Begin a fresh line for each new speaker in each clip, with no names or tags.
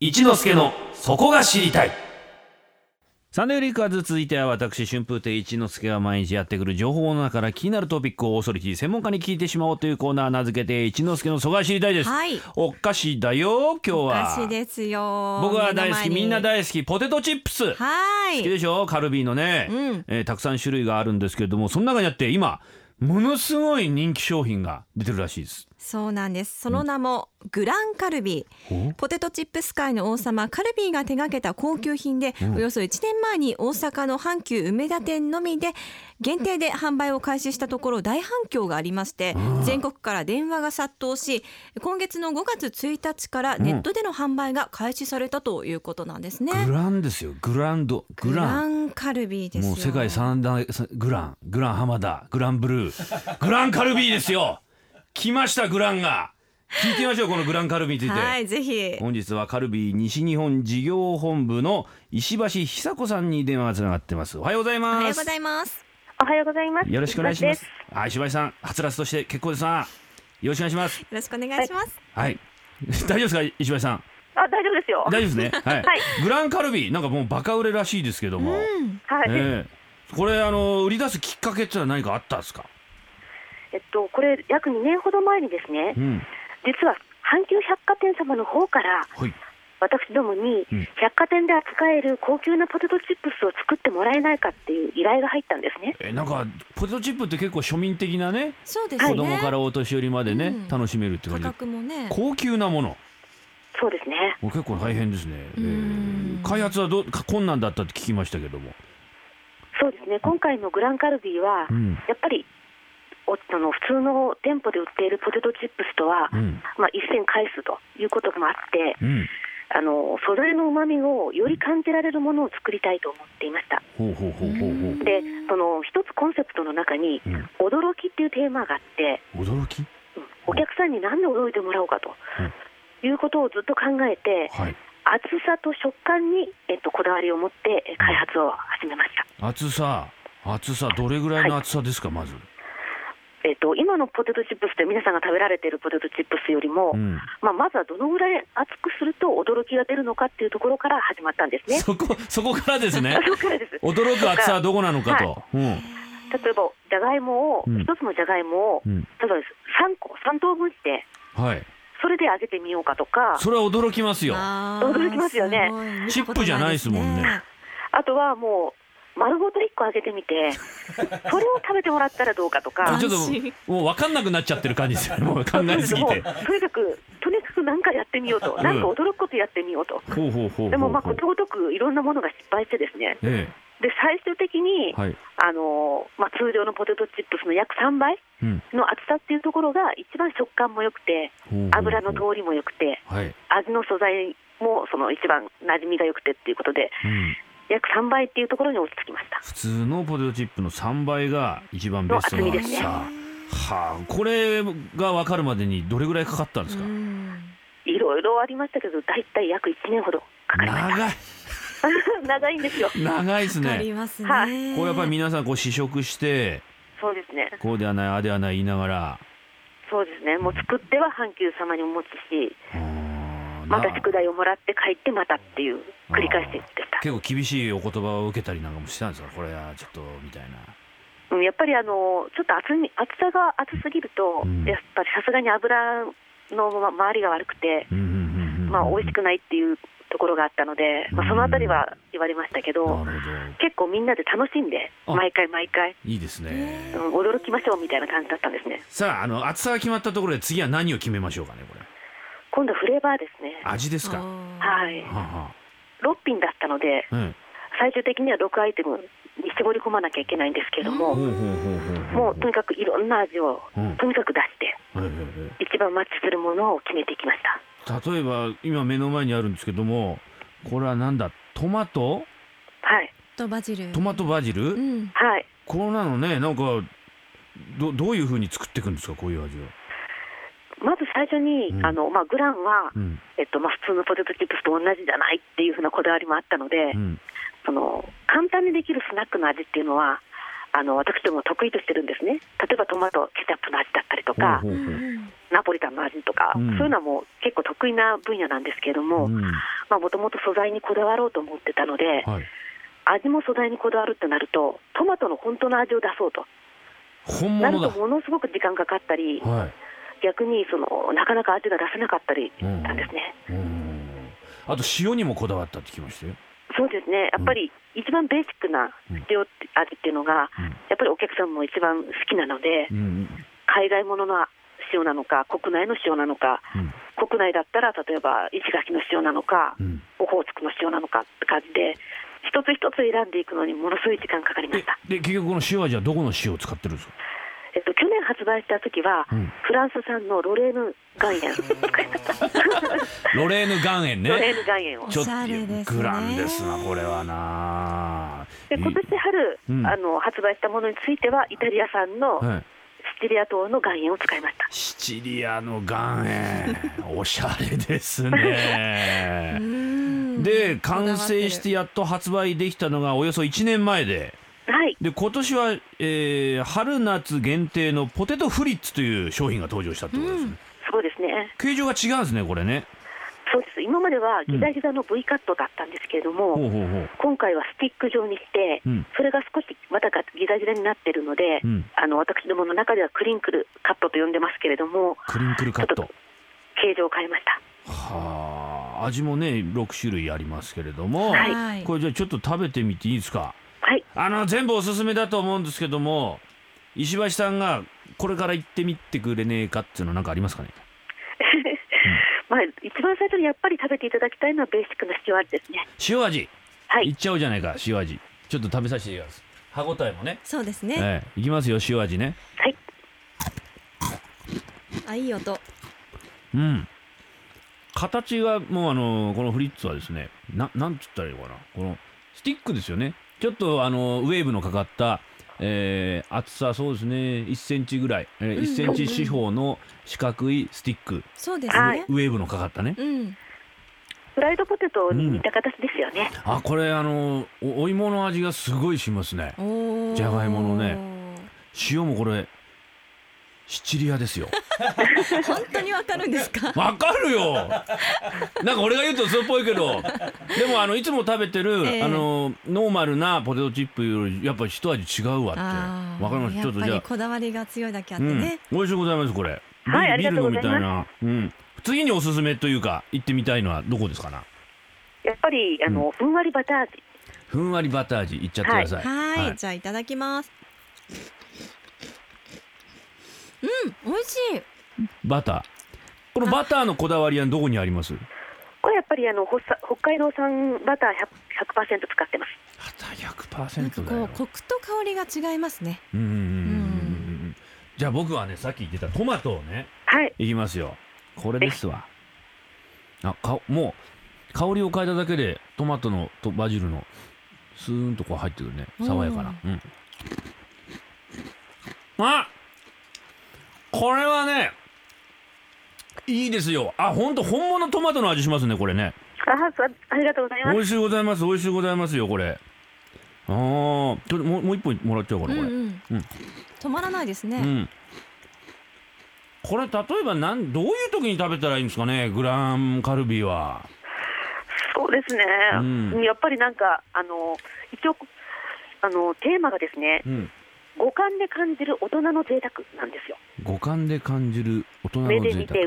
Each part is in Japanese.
一之助のそこが知りたい
サンデーリークアーズ続いては私春風亭一之輔が毎日やってくる情報の中から気になるトピックをオーソリティ専門家に聞いてしまおうというコーナー名付けて一之輔の疎外知りたいです、
はい
お菓子だよ今日は
お菓子ですよ
僕は大好きみんな
好
大好きポテトチップス
きは
好き
い
でしょカルビーのね、
うん
えーたくさん種類があるんですけれどもその中にあって今ものすごい人気商品が出てるらしいです
そうなんですその名もグランカルビ
お
ポテトチップス界の王様カルビーが手掛けた高級品で、およそ1年前に大阪の阪急梅田店のみで限定で販売を開始したところ大反響がありまして、全国から電話が殺到し今月の5月1日からネットでの販売が開始されたということなんですね、
グランですよグランドグ
グ
ラ
ラ
ン
ンカルビーですよ
もう世界三大さグラングラン浜田グランブルーグランカルビーですよ来ましたグランが聞いてみましょうこのグランカルビーについて、
はいぜひ
本日はカルビー西日本事業本部の石橋久子さんに電話がつながってますおはようござい
おはよ
ま
うご
す
ざいます
おはようございます。
よろしくお願いしま
石
す。はい、石橋さん、はつらつとして結構ですな。よろしくお願いします。
よろしくお願いします、
はい。 大丈夫ですか、石橋さん。
橋ですあ、大丈夫ですよ。
大丈夫です ね。はい。
はい
グランカルビー、なんかもうバカ売れらしいですけども。
はい、
ええこれ、あの、売り出すきっかけってのは何かあったんですか。
えっと、これ約2年ほど前にですね
う、ん。
実は阪急百貨店様の方から。
はい。
私どもに
うん
百貨店で扱える高級なポテトチップスを作ってもらえないかっていう依頼が入ったんですね。
え、なんか、ポテトチップって結構庶民的なね。
そうですね
子供からお年寄りまでね、
うん
楽しめるって感
価
じで。
格もね
高級なもの。
そうですね。
これ結構大変ですね。ええ
うん
開発はどう、か困難だったって聞きましたけども。
そうですね。今回のグランカルビーは
うん
やっぱり。おあの普通の店舗で売っているポテトチップスとは、
うん
まあ、一線返すということもあって、
うん。
あの素材のうまみをより感じられるものを作りたいと思っていました。
ほうほうほうほうほう。
でその一つコンセプトの中に
うん
「驚き」っていうテーマがあって
驚き。
うんお客さんに何で驚いてもらおうかと、いうことをずっと考えて
はい。
厚さと食感に、えっと、こだわりを持ってえ開発を始めました、
厚さ厚さどれぐらいの厚さですか、まず、
えっと、今のポテトチップスで皆さんが食べられているポテトチップスよりも、
うん、
まあ、まずはどのぐらい厚くすると驚きが出るのかっていうところから始まったんですね。
そこそこからですね
そうからです
驚く厚さはどこなのかと、うん
例えばじゃがいもを
うん
一つのじゃがいもを
う
例え
ん
ば3個3等分して
はい
それで揚げてみようかとか
それは驚きますよ
あー
驚きますよね
ごい見
チ
た
ッ
こ
プ
と
じゃないですもんね
あとはもう丸ごと1個あげてみ てそれを食べてもらったらどうかとか
ちょっ
斬新
ともう分かんなくなっちゃってる感じですよねもう考えすぎ
も
て
うとにかくとにかく何かやってみようと
ん
何か驚くことやってみようと、
ほうほうほうほう
でもまあことごとくいろんなものが失敗してですね
え
で最終的に、
えはい
あのーまあ、通常のポテトチップスの約3倍
うん
の厚さっていうところが一番食感も良くて
ほうほうほう
油の通りも良くて
はい、
味の素材もその一番馴染みが良くてっていうことで
うん、
約3倍っていうところに落ち着きました
普通のポテトチップの3倍が一番ベストな
の厚
厚
みですね
さ、はあこれが分かるまでにどれぐらいかかったんですか、
うん
いろいろありましたけど、大体約1年ほどかかりまし
長い
た。 長いんですよ。
長いです
わか
ね
りますね、
は
こうやっぱり皆さんこう試食して
そうですね。
こうではないああではない言いながら
そうですね。もう作っては阪急様にお持ちし、
うーん
また
な
宿題をもらって帰ってまたっていう繰り返しでした。
結構厳しいお言葉を受けたりなんかもしたんですかこれはちょっとみたいな
うん、やっぱりあのちょっと厚み厚さが厚すぎると、
うん
やっぱりさすがに油の周りが悪くて、
うんうんうんうん
まあ美味しくないっていうところがあったので、まあ、そのあたりは言われましたけ
なるほ
ど、
ど
結構みんなで楽しんで
あ
毎回毎回、
いいですね
うん驚きましょうみたいな感じだったんですね。
さああの厚さが決まったところで次は何を決めましょうかねこれ
今度はフレーバーですね。
味ですかは
は
はい。
あは
6品だったので、
あうん
最終的には6アイテムに絞り込まなきゃいけないんですけど
ほう
も、
ほうほうほうほ
もうとにかくいろんな味を
うん
とにかく出して、
はいはいはい
一番マッチするものを決めていきました。
例えば今目の前にあるんですけどもこれはなんだトマト
はい、
とバジル
トマトバジル、
うん
はい、
こんなのねなんかどどういう風に作っていくんですかこういう味を、
まず最初に、
うん
あのまあ、グランは、
うん
えっとまあ、普通のポテトチップスと同じじゃないっていうふうなこだわりもあったので、
うん、
その簡単にできるスナックの味っていうのは、あの私ども得意としてるんですね、例えばトマト、ケチャップの味だったりとか、
ほう
う
ほうほうん
ナポリタンの味とか、
うん
そういうのはもう結構得意な分野なんですけれども、
うん
もともと素材にこだわろうと思ってたので、
はい、
味も素材にこだわるってなると、トマトの本当の味を出そうと
本
な
物
る
だ
と、ものすごく時間かかったり、
は
逆にそのなかなか味が出せなかったりしたんですね。
い、うんあと塩にもこだわったって聞きましたよ
そうですね、やっぱり一番ベーシックな料理味っていうのが、
うん
やっぱりお客さんも一番好きなので、
うん
海外ものの塩なのか、国内の塩なのか、
うん
国内だったら例えば石垣の塩なのか
う、ん
オホーツクの塩なのかって感じで、一つ一つ選んでいくのにものすごい時間かかりました。
で結局この塩はじゃあどこの塩を使ってるんですか
えっと、去年発売した時は、
うん
フランス産のロレーヌ岩 塩 を使いました。
ロレーヌ岩塩
ロレ
ね
ーヌ岩塩を。
ちょっ
おしゃれです
と
ね
グランですなこれはな
で今年春、
うん
あの発売したものについては、イタリア産の
はい
シチリア島の岩塩を使いました。
シチリアの岩塩 おしゃれですねで完成してやっと発売できたのがおよそ1年前で
はい、
で今年は、えー春夏限定のポテトフリッツという商品が登場したってことですね、
そうですね。
形状が違うんですねこれね
そうです。今まではギザギザの V カットだったんですけれども、
ほうほうほう
今回はスティック状にして、
うん
それが少しまたがギザギザになってるので、
うん
あの私どもの中ではクリンクルカットと呼んでますけれども、
クリンクルカット
形状を変えました。
はあ味もね6種類ありますけれども、
はい
はい
これじゃあちょっと食べてみていいですか
はい、
あの全部おすすめだと思うんですけども石橋さんがこれから行ってみてくれねえかっていうのなんかありますかね
まあ一番最初にやっぱり食べていただきたいのはベーシックな塩味ですね。
塩味、
はい
い、っちゃおうじゃないか塩味ちょっと食べさせていただきます歯ごたえもね
そうですね。
ええ、いきますよ塩味ね
はい、
あいい音。
うん形がもうあのこのフリッツはですねななんつったらいいのかなこのスティックですよねちょっとあのウェーブのかかった、えー厚さそうですね1センチぐらい、えー1センチ四方の四角いスティック、
そうです
は
ね
い。
ウェーブのかかったね
うん。
フライドポテトに似た形ですよね。
あこれあのおお芋の味がすごいしますね
おお。
じゃがいものね。塩もこれシチリアですよ
本当にわかるんです か。
わかるよなんか俺が言うとそうっぽいけどでもあのいつも食べてる、
ええ
あのノーマルなポテトチップよりやっぱ一味違うわって
あー
わかりますちょっとじ
や
ゃ
っ
あ
ぱりこだわりが強いだけあっ
う
て
ん
ね。、
美味しゅうございますこれビ
はいあり
ビー
が
ル
と
飲
うご
み
ざいます
たいなうん次におすすめというか行ってみたいのはどこですかな
やっぱりあの、ふんわりバター味。
ふんわりバター味いっちゃってください
はい、じゃあいただきます。うん、美味しい。
バターこのバターのこだわりはどこにあります
これやっぱりあのほっさ北海道産バター100%, 100使ってます。
バタ
なん
ー
か
100%
こうコクと香りが違いますね。
うんうんうんうんうんじゃあ僕はねさっき言ってたトマトをね
はい、
いきますよこれですわあかもう香りを変えただけでトマトのとバジルのスーンとこう入ってくるね爽やかなうんあこれはねいいですよあ本当本物トマトの味しますねこれね
あそうありがとうございます
美。味しゅうございます美味しゅうございますよこれあーちょっともうもう一本もらっちゃおうか
う
なんこ
う
れ
ん
うん。
止まらないです
う
ね。
んこれ例えばなんどういう時に食べたらいいんですかねグランカルビは
そうですね、
うん
やっぱりなんか、あの一応あの、テーマがですね、
うん
五感で感じる大人の贅沢なんですよ、
五感で感じる大人の
目で
贅
見
沢
て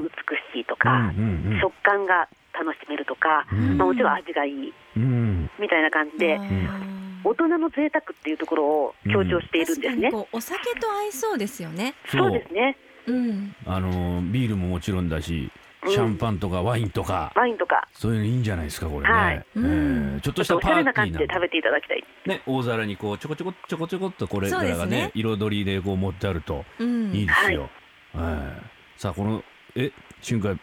美しいとか、
うんうんうん
食感が楽しめるとか、
うん
まあ、もちろん味がいい
うん
みたいな感じで、
あー
大人の贅沢っていうところを強調している
確
んで
か
す
に
ね。
こうお酒と合いそうですよね。
そ
そう
う
ですね
うん。
あのービールももちろんだし
うん
シャンパンとかワインとか、
ワインとか、
そういうのいいんじゃないですかこれね、
はい
え
う
ー、ちょっ
ちょ
と
っ
した
とおし
パ
ゃれ
ー
な
ティー
感じ
な
で食べていただきたい、
ね、大皿にこうちょこちょこちょこちょこっとこれぐ
そうで
ら
すね
いがね彩りでこう盛ってあると
うん。
いいですよ、ええさあこのえ瞬間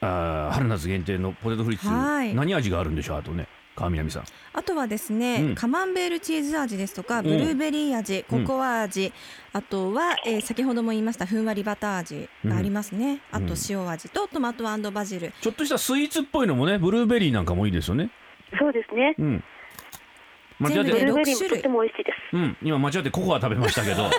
あー春夏限定のポテトフリッツ、
はい
何味があるんでしょうあとね川南さん
あとはですね、
うん
カマンベールチーズ味ですとか
ん
ブルーベリー味、
うん
ココア味、あとは、えー先ほども言いましたふんわりバター味がありますね、
うん
あと塩味とトマトバジル
ちょっとしたスイーツっぽいのもねブルーベリーなんかもいいですよね
そうですね、
うん間違
全
っ
部
ブ
で
て
ルーベリ
六種
ー
類
もとっても美味しいです。
うん今間違ってココア食べましたけど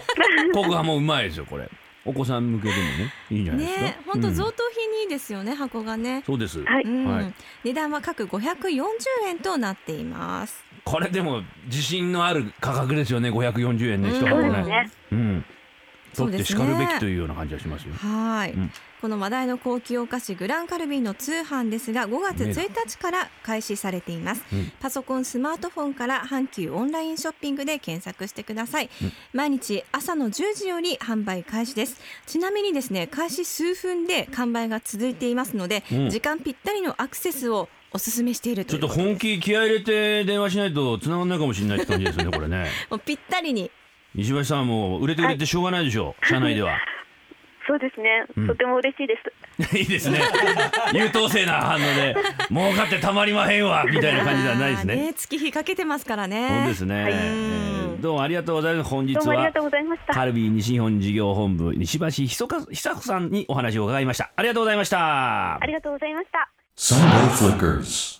ココアもうまいですよこれお子さん向けでもねいいんじゃないですか
ね、本当
うん
贈答品にいいですよね、箱がね。
そうです、
はい
うん
はい
値段は各540円となっています。
これでも自信のある価格ですよね540円ね一
うん
箱
そう
ね
ですね。
うん、
そう
取っ
で
て
す
し
ね
かるべきというような感じがしますよ。
はい、
うん
この話題の高級お菓子グランカルビーの通販ですが5月1日から開始されています、
うん
パソコンスマートフォンから阪急オンラインショッピングで検索してください、毎日朝の10時より販売開始ですちなみにですね開始数分で完売が続いていますので、
うん
時間ぴったりのアクセスをお勧めしていると
ち
い
ょっ
う
と
こと
本気気合い入れて電話しないと繋がんないかもしれないって感じですよねこれね。
もうぴったりに
石橋さんもう売れて売れてしょうがないでしょう、社内で は。
そうですね、
うん
とても嬉しいです。
いいですね。優等生な反応で儲かってたまりまへんわみたいな感じではないです
あー
ね。
月日かけてますからね
そうですね、えーどうもありがとうございます。本日
どうもあり
は
がとうございました。
カルビー西日本事業本部西橋ひそか久子さんにお話を伺いました。ありがとうございました。
ありがとうございました。
Sunday Flickers.